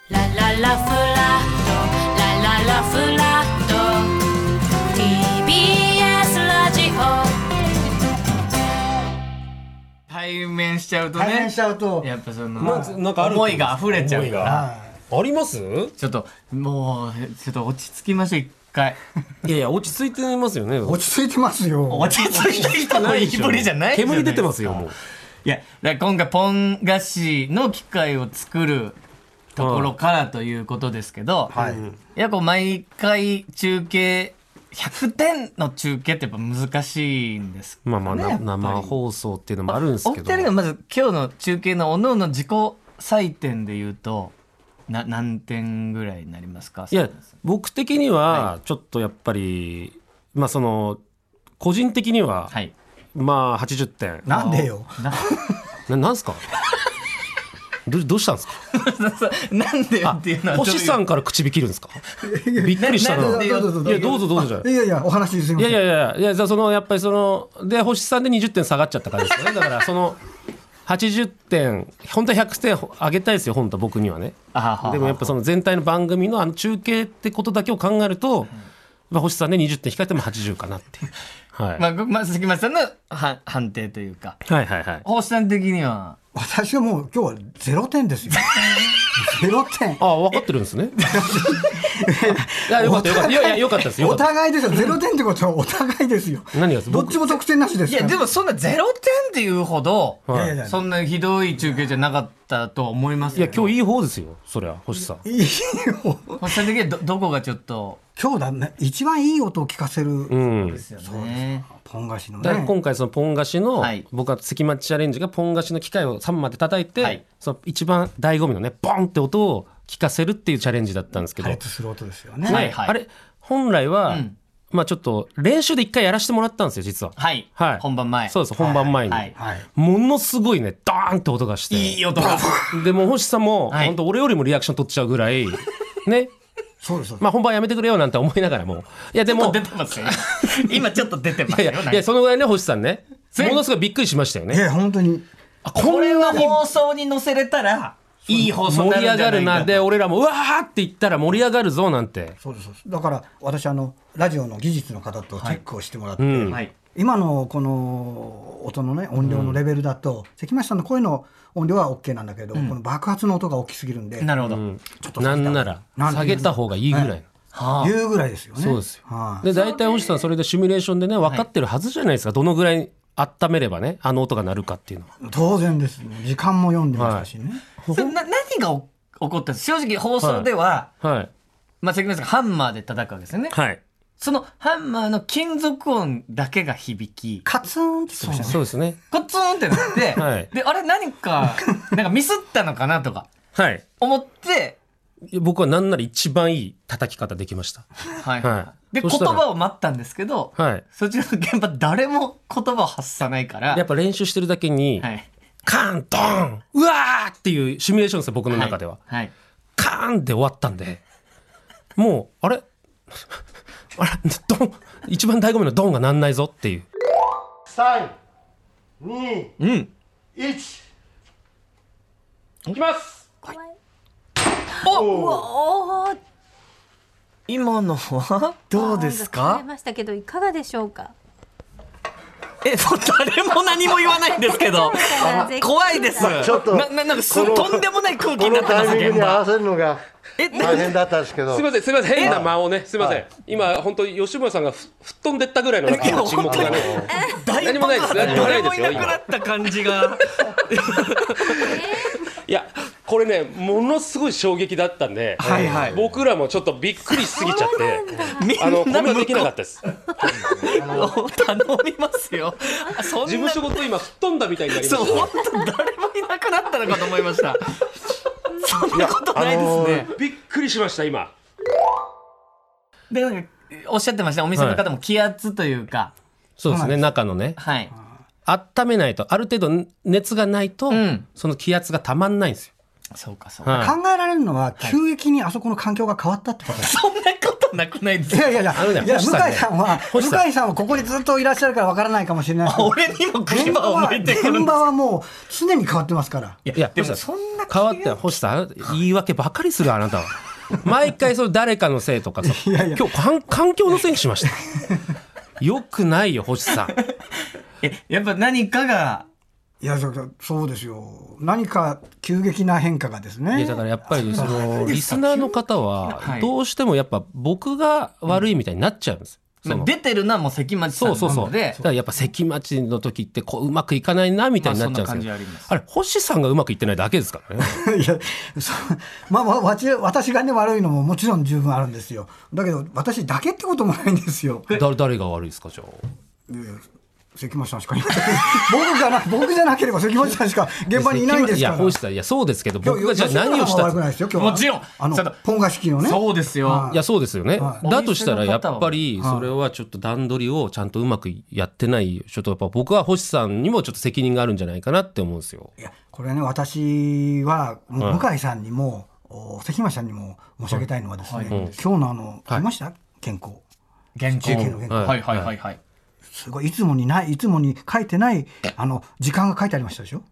ラフラットラララフラット TBS ラジオ対面しちゃうと対面ねしちゃうと、やっぱそのまあなんかある思いが溢れちゃうか思いらがありますちょっともうちょっと落ち着きましょう一回いやいや、落ち着いてますよね。落ち着いてますよ。落ち着いた人の言いぶりじゃない煙出てますすよ、もう。いやだから今回ポン菓子の機械を作るところからということですけど、はいいやこう毎回中継100点の中継ってやっぱ難しいんですまあまあ、ねやなっぱり生放送っていうのもあるんですおけ二ど。人がまず今日の中継のおのおの自己採点で言うとな何点ぐらいになりますかいや、僕的には、ちょっとやっぱり、まあその、個人的には、はいまあ80点。な、なんでよ。ななんすかどどうしたん ですか なんでよっていうのはどういう星さんから口引きるんですかびっくりしたなな。んでいどうぞどうぞや、どうぞどうぞじゃいやいや、お話すみいませやん。いやいやいや、じゃあその、やっぱりその、で、星さんで20点下がっちゃった感じですよね。だから、その、80点、本当は100点上げたいですよ、本当は僕にはね。あははでもやっぱその全体の番組のあの中継ってことだけを考えると、まあ、星さんで20点控えても80かなっていう。はい。まあ、まあ、関町さんのは判定というかはいはいはい。星さん的には私はもう今日はゼロ点 ですよ。ゼロ点。ああ、分かってるんですね。 いや、よかったよかった。いやいや、よかったですよ。およかっ互いですよ。ゼロ点ってことはお 互いですよ。何がですどっちも得点なしでいすかやら。でもそんなゼロ点っていうほど、たはいいやいやそんなひどい中継じゃなかったとは思いますいや、今日日いい方ですよ、そりゃ、星さん。いいよ。星さん的にはどどこがちょっと今日だね、一番いい音を聞かせるう、でん。すよねポン菓子のだからね。今回そのポン菓子の、はい僕は関町チャレンジがポン菓子の機械を3まで叩いて、はいその一番醍醐味のねボンって音を聞かせるっていうチャレンジだったんですけど、破裂する音ですよね。ははいいはいあれ本来は、んまあちょっと練習で一回やらせてもらったんですよ実ははいはい、本番前そうです本番前に、はいはい。ものすごいねドーンって音がしていい音がでもう星さんも、はい本当俺よりもリアクション取っちゃうぐ らいねそうです。そうですまあ本番やめてくれよなんて思いながらもいやでも出てますよ今ちょっと出てまいすよやいやいやそのぐらいね星さんね全ものすごいびっくりしましたよいねや、本当に。あここれんなはに放送に載せれたらいい放送に盛り上がるなでで俺らもうわーって言ったら盛り上がるぞなんてそうです。そうですだから、私、あの、ラジオの技術の方とチェックをしてもらって、うんはい今のこの音のね音量のレベルだと、関町さんの声の音量は OK なんだけど、この爆発の音が大きすぎるんでなるほど、ちょっとなんならなんて下げた方がいいぐらい、はいはあ言うぐらいですよねそうですよ、はいで大体星さんそれでシミュレーションでね分かってるはずじゃないですか、どのぐらい温めればねあの音が鳴るかっていうのは当然ですよ時間も読んでましたしね、それな何がお起こったんです正直放送では、はいまあ関町さんハンマーで叩くわけですよねはいそのハンマーの金属音だけが響きカツンって言ってましたそうですねコツンってなって、 はいであれ何 かなんかミスったのかなとかはい思って、僕はなんなら一番いい叩き方できましたはいはでい言そしたら葉を待ったんですけど、はいそっちの現場誰も言葉を発さないからやっぱ練習してるだけに、はい、カーンドーンうわーっていうシミュレーションですよ僕の中では、はいはいカーンで終わったんで、もう、あれ あれドン一番醍醐味のドンがなんないぞっていう。三、二、うん一。いきます。おお今のはどう ですえかましたけどいかがでしょうかえもう誰も何も言わないんですけ ど怖いですちょっとなななんかすこのとんでもない空気こになのってまタすイミン現グに合わ場せるのがえ大変だったんですけど。ません、すみません、変な間をね、すみません。今、本当吉村さんが吹っ飛んでったぐらいのいや本当に大何も爆ないで発す何もな誰いでもいすよなくなった感じがいや、これね、ものすごい衝撃だったんで、はいはい僕らもちょっとびっくりしすぎちゃって、あの、これはできなかったです。頼みますよあそんな事務所ごと今、吹っ飛んだみたいになりまそうした。本当誰もいなくなったのかと思いましたそんなことないですね、びっくりしました、今。でなんかおっしゃってましたお店の方も気圧というかそうですね、中のね。はい温めないとある程度熱がないと、んその気圧がたまんないんですよ。そうかそうか、はい、考えられるのは急激にあそこの環境が変わったってことです、そんなことなくないですいやいやいや、のねいや向星さんね井さんは、向星さん井さんはここにずっといらっしゃるからわからないかもしれないけど俺にも現牙場をは、向いてくる現場はもう常に変わってますから。いや、ででももそそんんなな変わって、星さん、言い訳ばかりする、あなたは。毎回その誰かのせいとかさいやいや今日環環境のせいにしましたよくないよ星さんえ、やっぱ何かが、いや、そうそうですよ。何か急激な変化がですね。いやだからやっぱりそのリスナーの方ははいどうしてもやっぱ僕が悪いみたいになっちゃうんです、その出てるのはもう関町さんそうなそうそのうだで、からやっぱ関町の時ってこううまくいかないなみたいになっちゃうまあそんな感んですけじど、ありますあれ星さんがうまくいってないだけですからね いや、そうまあ、わわち私がね、悪いのももちろん十分あるんですよ。だけど、私だけってこともないんですよ。 だ誰が悪いですかじゃあいやいや関町さん しかいない。僕がな、僕じゃなければ関町さんしか現場にいないんですから。や星さんいやそうですけど僕がじゃあ何をし吉村さんはた悪くないですよ、今日はもちろんあのちょっと、ポン菓子機のね。そうですよはいやそうですよね、はだとしたらお店やのっ方はぱりそれはちょっと段取りをちゃんとうまくやってないちょっとやっぱ僕は星さんにもちょっと責任があるんじゃないかなって思うんですよいやこれね私はもうはい向井さんにも、お関町さんにも申し上げたいのはですね、はい今日のあの、はい見ました健康現地中継の現地はいはいはいはい。すごいいつもにないいつもに書いてないあの時間が書いてありましたでしょ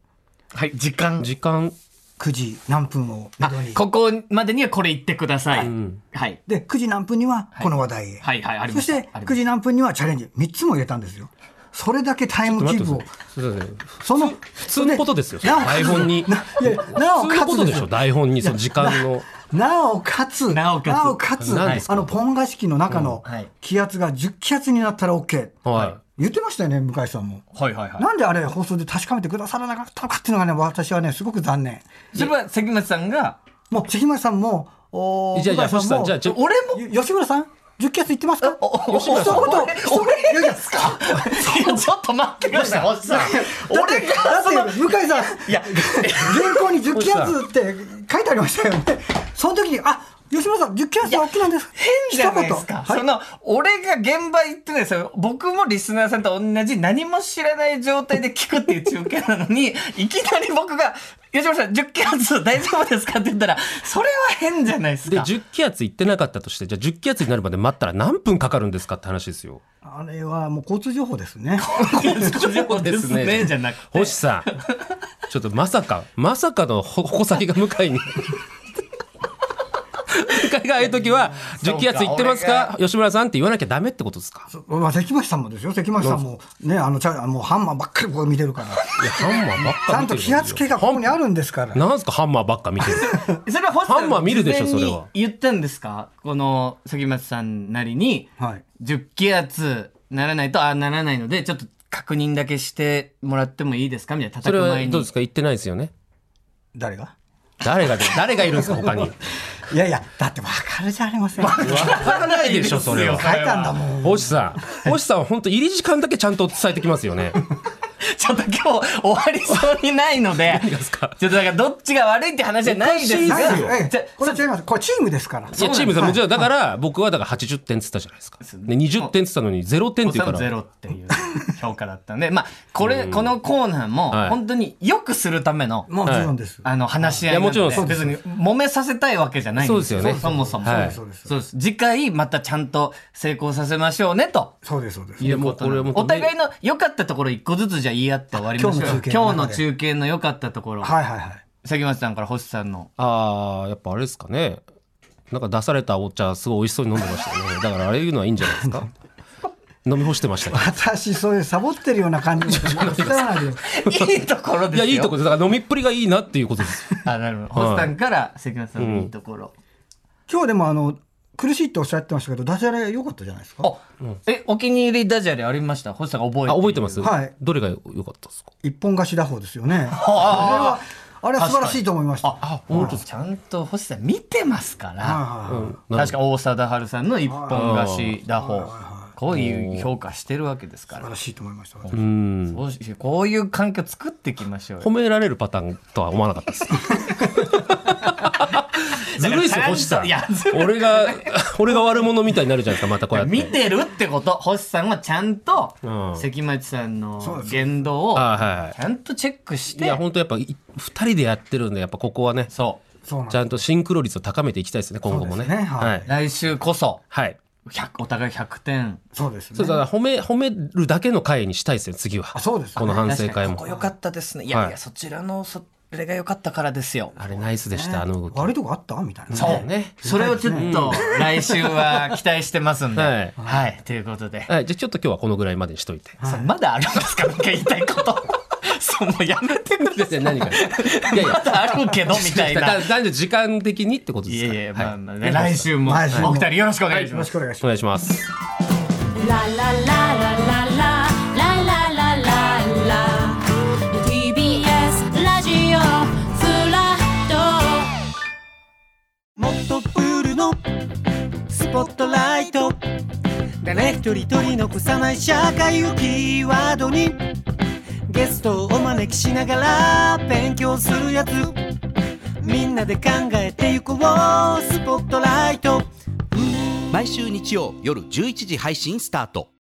はい、時間。時間9時何分をめあどにここまでにはこれ言ってください。はい。で9時何分にはこの話題へ、はいはいありそまししたてあり9ました時何分にはチャレンジ3つも入れたんですよそれだけタイムキ待っーてくプをださいすいませんその普通のことですよなお台本にな普いやなお通のかこつとでですしょよ台本にその時間のなおかつ、なおかつつ何ですかあのポン菓子機の中のうんはい気圧が10気圧になったら OK、は言ってましたよね、向井さんも。はいはいはなんであれ、放送で確かめてくださらなかったのかっていうのがね、私はね、すごく残念。い。それは関町さんが、もう、関町さんも、おーじゃあじゃあ向井星さんじゃあちょ俺も、吉村さん、10気圧いってますか吉村さんお一言俺ですかいやちょっと待ってください、星さん。俺だが、って、向井さん、いや、原稿に10気圧って書いてありましたよね。その時に、あ吉村さん、10気圧大きなんです。変じゃないですか。一言はいその、俺が現場行ってないですよ。僕もリスナーさんと同じ何も知らない状態で聞くっていう中継なの に、いきなり僕が、吉村さん、10キロずつ大丈夫ですかって言ったら、それは変じゃないですいでか。 10気圧いってなかったとしてじゃあ10気圧になるまで待ったら何分かかるんですかって話ですよあれはもう交通情報ですね。そうですね、じゃなくて。星さんちょっとまさかまさかのほ矛先が向かいに向かいがああいう時は「そう10か気圧いってますか吉村さん」って言わなきゃダメってことですか そまあ、関町さんもですよ関町さんもねあのちゃもうハンマーばっかりこう見てるからいやハンマーばっちかゃん見てとる気圧計がここにあるんですからなんすかハンマーばっか見 てるそれは星さんハンマー見るでしょそれは事前に言ったんですかこの関町さんなりに、はい10気圧ならないと、ああ、ならないので、ちょっと確認だけしてもらってもいいですかみたいなそ叩れくは前に。どうですか言ってないですよね誰が誰がで誰がいるんですか他にいやいやだってわかるじゃありません書いわないでしょそれはたんだもん星さん星さんは本当入り時間だけちゃんと伝えてきますよねちょっと今日終わりそうにないので、何がですかちょっとだからどっちが悪いって話じゃないですおがかしいですよええじゃこれ違いますこれチームですからいやチームさんはもいちろんだから僕はだから80点っつったじゃないですかで20点っつったのに0点っていうかゼらロっていう評価だったんで、まあ、これ、このコーナーもはい、本当に良くするための、もちろんですあの、話し合いいやもちろんなのでそう別に、揉めさせたいわけじゃないんですよ。そうですよねそもそも。そうですそうですそうです。次回、またちゃんと成功させましょうね、と。そうですそうですいやもうこれはもうお互いの良かったところ一個ずつじゃ言い合って終わりましょうよ。あ今今日日のの中中継の良かったところ。はいはいはい関町さんから星さんの。ああやっぱあれですかねなんか出されたお茶すごい美味しそうに飲んでましたよね だからあれいうのはいいんじゃないです か飲み干してましたけ私そういうサボってるような感 じもなんか伝わらないでいいところどです いやよ。いいとこですだから飲みっぷりがいいなっていうことですあ、なるほど。はい星さんから関町さんのいいところ。今日でもあの苦しいっておっしゃってましたけどダジャレ良かったじゃないですかあ、え、お気に入りダジャレありました星さんが覚えてるあ覚えてます、はいどれが良かったですか一本貸し打法ですよねああれはあれは素晴らしいと思いましたはいあ、本当ちゃんと星さん見てますから。はいはい確か大貞治さんの一本貸し打法。こういう評価してるわけですか素晴ら。らしいと思いました私うんそうしこういう環境作っていきましょうよ褒。められるパターンとは思わなかった ですずるいっすよ星さんいやずるい俺が 俺が悪者みたいになるじゃないですかまたこうやって見てるってこと星さんはちゃんとうん関町さんそうのです言動をちあはいはいゃんとチェックしいてや本当やっぱい二人でやってるんでやっぱここはねそうそうなんですちゃんとシンクロ率を高めていきたいですね今後もそうでねすねはいはい、来週こそはい100お互い100点そうですね。そうだから褒め褒めるだけの回にしたいですよ次はあそうですねこの反省会もここ良かったですねいやいはやいそちらのそあれが良かったからですよ。あれナイスでした、あの動き。悪いとこあったみたいな。そうねそれをちょっと来週は期待してますんで。はいはい。ということで。はい、じゃあちょっと今日はこのぐらいまでにしといて。そうまだありますかなんか言いたいこと。 そう、もうやめてください。何か。いやいまや。だあるけど、 みたいな。だ男女時間的にってことでいすやかいや、まあまあはね、い来週も、お来週も二人よろしくお願いしよろましす。くお願いします。お願いします。ララララララララララ TBS ラジオフラットもっとプールのスポットライト誰一人取り残さない社会をキーワードにゲストをお招きしながら勉強するやつみんなで考えてゆこうスポットライト毎週日曜夜11時配信スタート